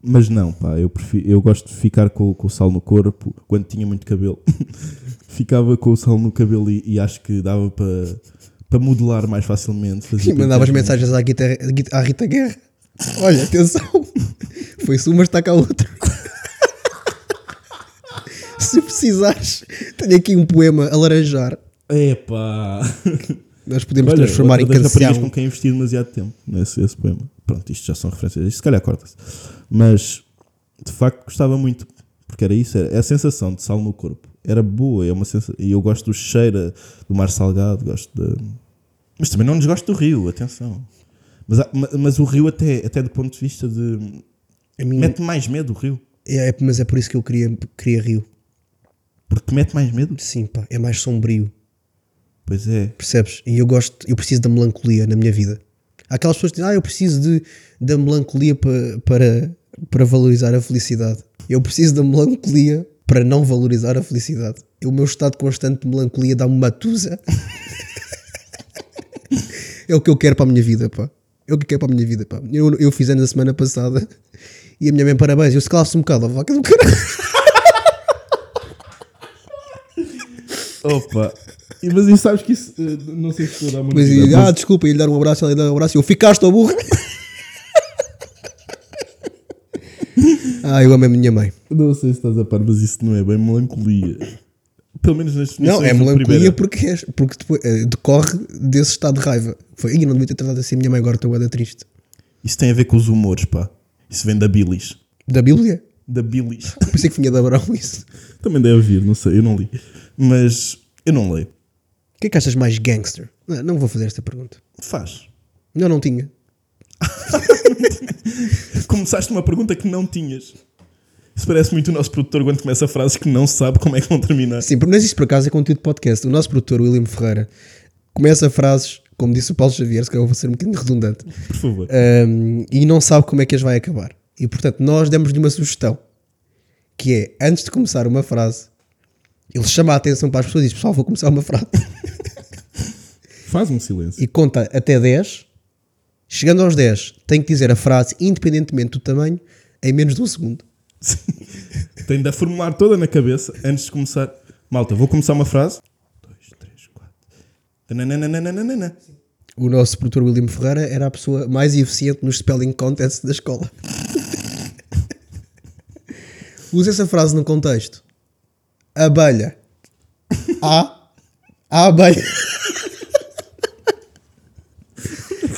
S3: mas não, pá, eu, prefiro, eu gosto de ficar com, com o sal no corpo. Quando tinha muito cabelo, <laughs> ficava com o sal no cabelo e, e acho que dava para para modelar mais facilmente. fazer
S4: E mandavas <laughs>
S3: penteagens.
S4: mensagens à, guitarra, à Rita Guerra. Olha, atenção. <laughs> foi-se uma, está cá outra. <laughs> Se precisares, tenho aqui um poema a laranjar.
S3: Epá!
S4: Nós podemos
S3: Olha,
S4: transformar em
S3: outra das raparigas com
S4: canção.
S3: quem investi demasiado tempo nesse esse poema. Pronto, isto já são referências. Isto se calhar corta-se. Mas, de facto, gostava muito. Porque era isso, era, é a sensação de sal no corpo. Era boa, é uma sensação. E eu gosto do cheiro do mar salgado, gosto de... Mas também não desgosto do rio, atenção. Mas, há- ma- mas o rio até, até do ponto de vista de...
S4: A minha-
S3: Mete mais medo o rio.
S4: É, é- mas é por isso que eu queria, queria Rio.
S3: Porque mete mais medo.
S4: Sim, pá, é mais sombrio,
S3: Pois é.
S4: percebes? E eu gosto, eu preciso da melancolia na minha vida. Há aquelas pessoas que dizem, ah, eu preciso de, da melancolia pa- para, para valorizar a felicidade. Eu preciso da melancolia para não valorizar a felicidade. E O meu estado constante de melancolia dá-me uma tusa. <laughs> é o que eu quero para a minha vida, pá. É o que eu quero para a minha vida, pá. Eu, eu fiz anos a semana passada e a minha mãe, parabéns, eu se calasse um bocado, a vaca do caralho.
S3: Opa! E- Mas e sabes que isso... eh, Não sei se estou a dar uma
S4: Mas,
S3: novidade,
S4: e, ah, desculpa, e lhe dar um abraço, ela lhe dar um abraço, e eu ficaste ao <laughs> burro. ah, eu amo a minha mãe.
S3: Não sei se estás a par, mas isso não é bem melancolia. Pelo menos nas
S4: Não, é
S3: definições do
S4: melancolia
S3: primeiro.
S4: porque, és- porque depois, eh, decorre desse estado de raiva. Foi, "Ih, eu não devia ter tratado assim a minha mãe, agora estou bué da triste.
S3: Isso tem a ver com os humores, pá. Isso vem da bilis.
S4: Da Bíblia? <laughs>
S3: Da bilis. <laughs>
S4: Pensei que vinha da Abraão isso.
S3: Também deve vir, não sei, eu não li. Mas eu não leio.
S4: O que é que achas mais gangster? Ah, Não, não vou fazer esta pergunta.
S3: Faz.
S4: Não, não tinha.
S3: Começaste uma pergunta que não tinhas. Isso parece muito o nosso produtor quando começa frases que não sabe como é que vão terminar.
S4: Sim, mas isso por acaso é conteúdo de podcast. O nosso produtor, William Ferreira, começa frases, como disse o Paulo Xavier, se calhar eu vou ser um bocadinho redundante.
S3: Por favor.
S4: Um, e não sabe como é que as vai acabar. E portanto, nós demos-lhe uma sugestão que é antes de começar uma frase, ele chama a atenção para as pessoas e diz: Pessoal, vou começar uma frase <laughs>
S3: Faz um silêncio. <laughs>
S4: e conta até 10. Chegando aos 10, tem que dizer a frase, independentemente do tamanho, em menos de um segundo.
S3: Tem de a formular toda na cabeça antes de começar. Malta, vou começar uma frase. Um, dois, três, quatro. Tananana.
S4: O nosso produtor William Ferreira era a pessoa mais eficiente nos spelling contests da escola. <laughs> Usa essa frase no contexto. Abelha. <laughs> A. A abelha.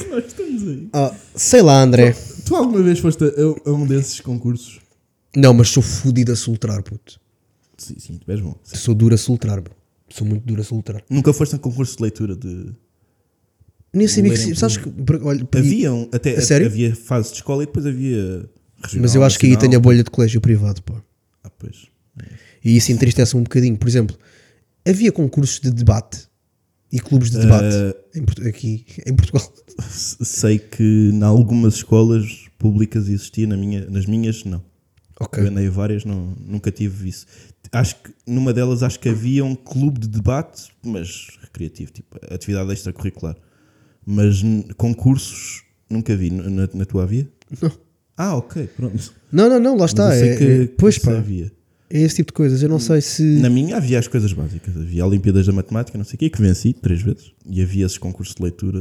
S3: Nós estamos aí.
S4: Ah, sei lá, André.
S3: Tu alguma vez foste a, a um desses concursos?
S4: Não, mas sou fodido a soltrar, puto.
S3: Sim, sim, tu és bom.
S4: Sou duro a soltrar, bro. Sou muito duro a soltrar.
S3: Nunca foste a um concurso de leitura de.
S4: Nem sabia que.
S3: Ler em
S4: se- Sabes que. por- Olha, e-
S3: um Havia um- até
S4: A sério?
S3: havia fase de escola e depois havia regional.
S4: mas eu acho que aí
S3: nacional.
S4: tenho a bolha de colégio privado, pá.
S3: Ah, pois.
S4: E isso entristece um bocadinho. Por exemplo, havia concursos de debate e clubes de debate
S3: Ah.
S4: em Portu- aqui em Portugal.
S3: S- Sei que em algumas escolas públicas existia, na minha, nas minhas, não.
S4: Ok.
S3: Eu andei a várias, não, nunca tive isso. Acho que numa delas acho que havia um clube de debate, mas recreativo, tipo atividade extracurricular. Mas n- concursos nunca vi. N- Na, na tua havia?
S4: Não.
S3: Ah, ok, pronto.
S4: Não, não, não, lá está.
S3: Mas eu sei
S4: É,
S3: que,
S4: é-
S3: que
S4: pois
S3: isso
S4: pá,
S3: havia.
S4: é esse tipo de coisas. Eu não sei se.
S3: Na minha havia as coisas básicas. Havia Olimpíadas da Matemática, não sei o quê, que venci três vezes. E havia esses concursos de leitura.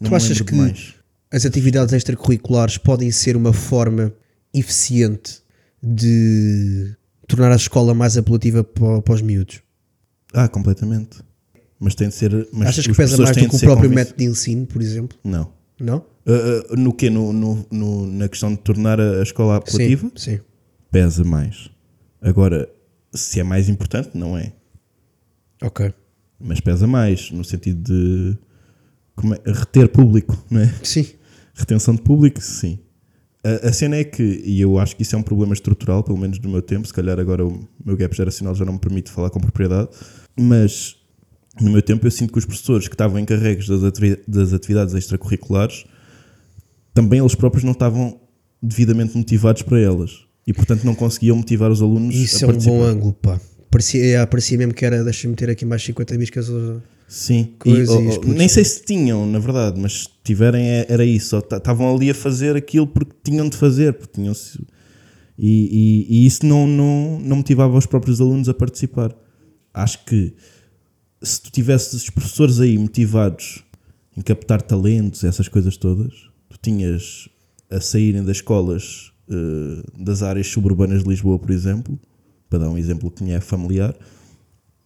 S3: Não
S4: Tu
S3: me
S4: achas
S3: lembro de
S4: que-
S3: mais.
S4: as atividades extracurriculares podem ser uma forma eficiente de tornar a escola mais apelativa pa- para os miúdos?
S3: Ah, completamente. Mas tem de ser. Mas
S4: Achas que
S3: os
S4: pesa
S3: professores
S4: mais do
S3: têm
S4: que
S3: de
S4: o
S3: ser
S4: próprio
S3: convinc-
S4: método de ensino, por exemplo?
S3: Não.
S4: Não?
S3: Ah, ah, no quê? No, no- no- na questão de tornar a a escola apelativa?
S4: Sim, sim.
S3: Pesa mais. Agora, se é mais importante, não é.
S4: Ok.
S3: Mas pesa mais, no sentido de como é- reter público, não é?
S4: Sim.
S3: Retenção de público, sim. A, a cena é que, e eu acho que isso é um problema estrutural, pelo menos do meu tempo, se calhar agora o meu gap geracional já não me permite falar com propriedade, mas no meu tempo eu sinto que os professores que estavam encarregues das, atri- das atividades extracurriculares também eles próprios não estavam devidamente motivados para elas e portanto não conseguiam motivar os alunos
S4: Isso
S3: a
S4: é um
S3: participar.
S4: bom ângulo, pá. Parecia, é, parecia mesmo que era, deixa-me ter aqui mais 50 biscas. ou-
S3: Sim, e,
S4: Coisas,
S3: oh, oh,
S4: putz.
S3: nem sei se tinham, na verdade, mas se tiverem é- era isso. ou ta- Estavam ali a fazer aquilo porque tinham de fazer, porque tinham se- e, e- e isso não, não, não motivava os próprios alunos a participar. Acho que se tu tivesses os professores aí motivados em captar talentos, essas coisas todas, tu tinhas a saírem das escolas eh, das áreas suburbanas de Lisboa, por exemplo, para dar um exemplo que me é familiar,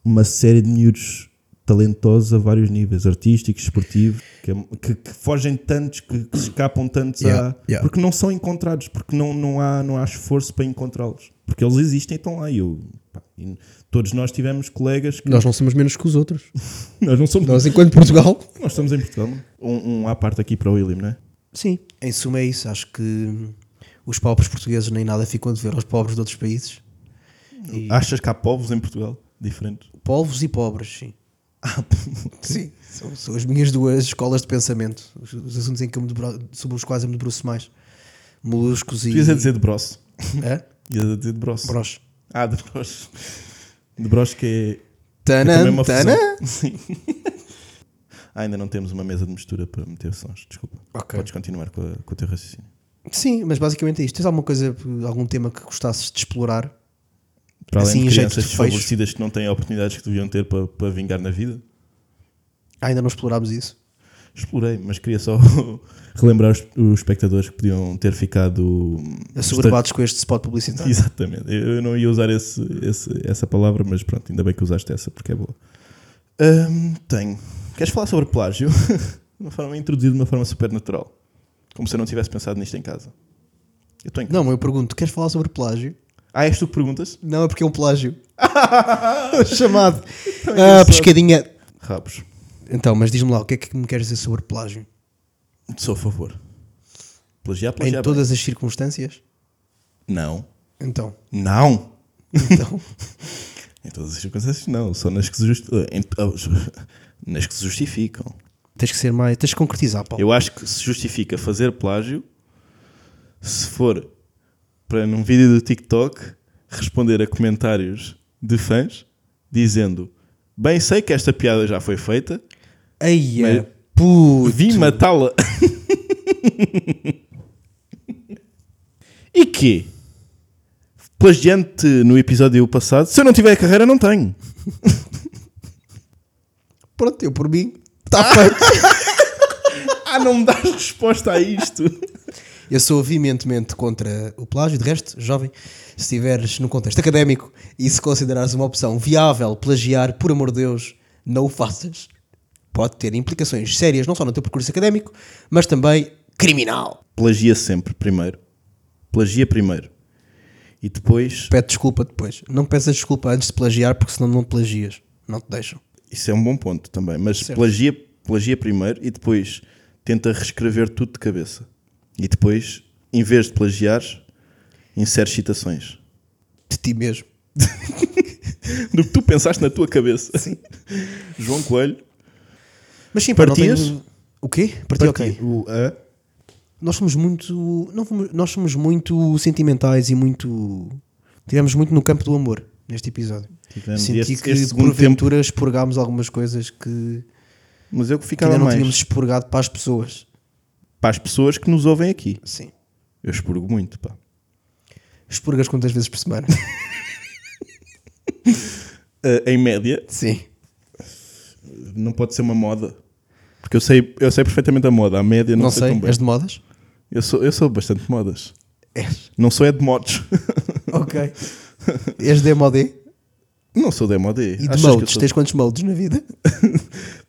S3: uma série de miúdos talentosos a vários níveis, artísticos, esportivos, que, é- que- que fogem tantos, que, que se escapam tantos
S4: Yeah,
S3: a,
S4: yeah.
S3: porque não são encontrados, porque não, não, há, não há esforço para encontrá-los, porque eles existem e estão lá. E eu, pá, e todos nós tivemos colegas que <laughs>
S4: Nós não somos menos que os outros.
S3: nós não somos
S4: Nós, enquanto Portugal.
S3: nós estamos em Portugal. Um, um à parte aqui para o William, não é?
S4: Sim, em suma é isso. Acho que os pobres portugueses nem nada ficam a dever aos pobres de outros países.
S3: Achas que Hum, há povos em Portugal diferentes?
S4: Polvos e pobres, <laughs> sim. Ah, sim, são, são as minhas duas escolas de pensamento. Os, os assuntos em que eu me debru- sobre os quais eu me debruço mais. Moluscos e.
S3: Tu ias a um? dizer de broço.
S4: Hã?
S3: Ias a dizer de broço.
S4: Broche.
S3: Ah, de broço. De broço que é, é também
S4: Tanã,
S3: uma
S4: tanã.
S3: fusão. Sim. Ah, <laughs> ainda não temos uma mesa de mistura para meter sons, desculpa.
S4: Ok.
S3: Podes continuar com, a- com o teu raciocínio.
S4: Sim, mas basicamente é isto. Tens alguma coisa, algum tema que gostasses de explorar?
S3: Para além
S4: Assim, em
S3: de
S4: jeito
S3: crianças
S4: de fecho.
S3: desfavorecidas que não têm oportunidades que deviam ter para, para vingar na vida,
S4: Ah, Ainda não explorámos isso.
S3: explorei, mas queria só <laughs> relembrar os, os espectadores que podiam ter ficado hum,
S4: Assoberbados É com este spot publicitário.
S3: <laughs> Exatamente. Eu eu não ia usar esse, esse- essa palavra, mas pronto, ainda bem que usaste essa porque é boa. Ahm, tenho. Queres falar sobre plágio? <laughs> de uma forma introduzida de uma forma super natural. Como se eu não tivesse pensado nisto em casa. Eu estou em casa.
S4: Não, eu pergunto, queres falar sobre plágio?
S3: Ah, és tu que perguntas?
S4: Não, é porque é um plágio. <laughs> Chamado. Ah,
S3: engraçado.
S4: pescadinha.
S3: Rabos.
S4: Então, mas diz-me lá, o que é que me queres dizer sobre plágio?
S3: Sou a favor. Plagiar,
S4: em
S3: plagiar. é, bem.
S4: todas as circunstâncias?
S3: Não.
S4: Então.
S3: Não!
S4: Então.
S3: Em todas as circunstâncias, não. Só nas que se, justi- eh, em- ah, <laughs> nas que se justificam.
S4: <laughs> Tens que ser mais. Tens que concretizar, Paulo.
S3: Eu acho que se justifica fazer plágio se for para num vídeo do TikTok responder a comentários de fãs dizendo bem sei que esta piada já foi feita,
S4: Eia,
S3: Mas-
S4: puto.
S3: vim matá-la. e quê? Plagiante no episódio passado, se eu não tiver carreira, não tenho.
S4: Pronto, eu por mim. Está feito.
S3: Ah, não me dás resposta a isto.
S4: Eu sou veementemente contra o plágio. De resto, jovem, se estiveres no contexto académico e se considerares uma opção viável plagiar, por amor de Deus, não o faças. Pode ter implicações sérias, não só no teu percurso académico, mas também criminal.
S3: Plagia sempre, primeiro. Plagia primeiro. E depois
S4: Pede desculpa depois. Não peças desculpa antes de plagiar, porque senão não plagias. Não te deixam.
S3: Isso é um bom ponto também. Mas plagia, plagia primeiro e depois tenta reescrever tudo de cabeça. E depois, em vez de plagiar, insere citações.
S4: De ti mesmo.
S3: Do que tu pensaste na tua cabeça. <laughs> João Coelho.
S4: Mas sim, pá, não
S3: Partias?
S4: tenho- O quê? Parti, ok.
S3: O, a,
S4: Nós somos muito. Não fomos- nós somos muito sentimentais e muito. Tivemos muito no campo do amor neste episódio.
S3: Tivemos.
S4: Senti
S3: E este-
S4: que
S3: este segundo
S4: porventura expurgámos algumas coisas que,
S3: mas eu que
S4: que ainda
S3: ficava
S4: não
S3: mais.
S4: tínhamos expurgado para as pessoas.
S3: Para as pessoas que nos ouvem aqui.
S4: Sim.
S3: Eu expurgo muito, pá.
S4: Expurgas quantas vezes por
S3: <laughs>
S4: semana?
S3: Ah, em média,
S4: Sim.
S3: não pode ser uma moda. Porque eu sei, eu sei perfeitamente a moda. A média não,
S4: Não, sei,
S3: tão bem.
S4: és de modas?
S3: <laughs> Eu, sou, eu sou bastante modas.
S4: És.
S3: Não sou é de modos. <laughs>
S4: Ok. és de MOD?
S3: não sou de moda. é.
S4: E de modes? Tens quantos modes na vida?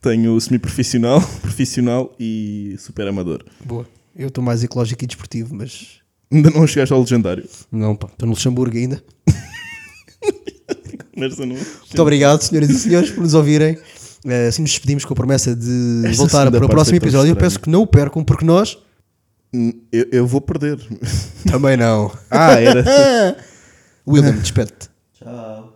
S3: Tenho o semi-profissional, <laughs> profissional e super amador.
S4: Boa. Eu estou mais ecológico e desportivo, mas.
S3: Ainda não chegaste ao legendário.
S4: Não, pá. Estou no Luxemburgo ainda.
S3: Nessa não.
S4: Muito obrigado, senhoras e senhores, por nos ouvirem. Eh, Assim nos despedimos com a promessa de
S3: Esta
S4: voltar
S3: segunda
S4: para o
S3: parte
S4: próximo
S3: foi tão
S4: episódio. Eu
S3: estranha.
S4: peço que não o percam, porque nós
S3: Eu, eu vou perder.
S4: também não.
S3: Ah, era. <laughs>
S4: William, despede-te.
S3: Tchau.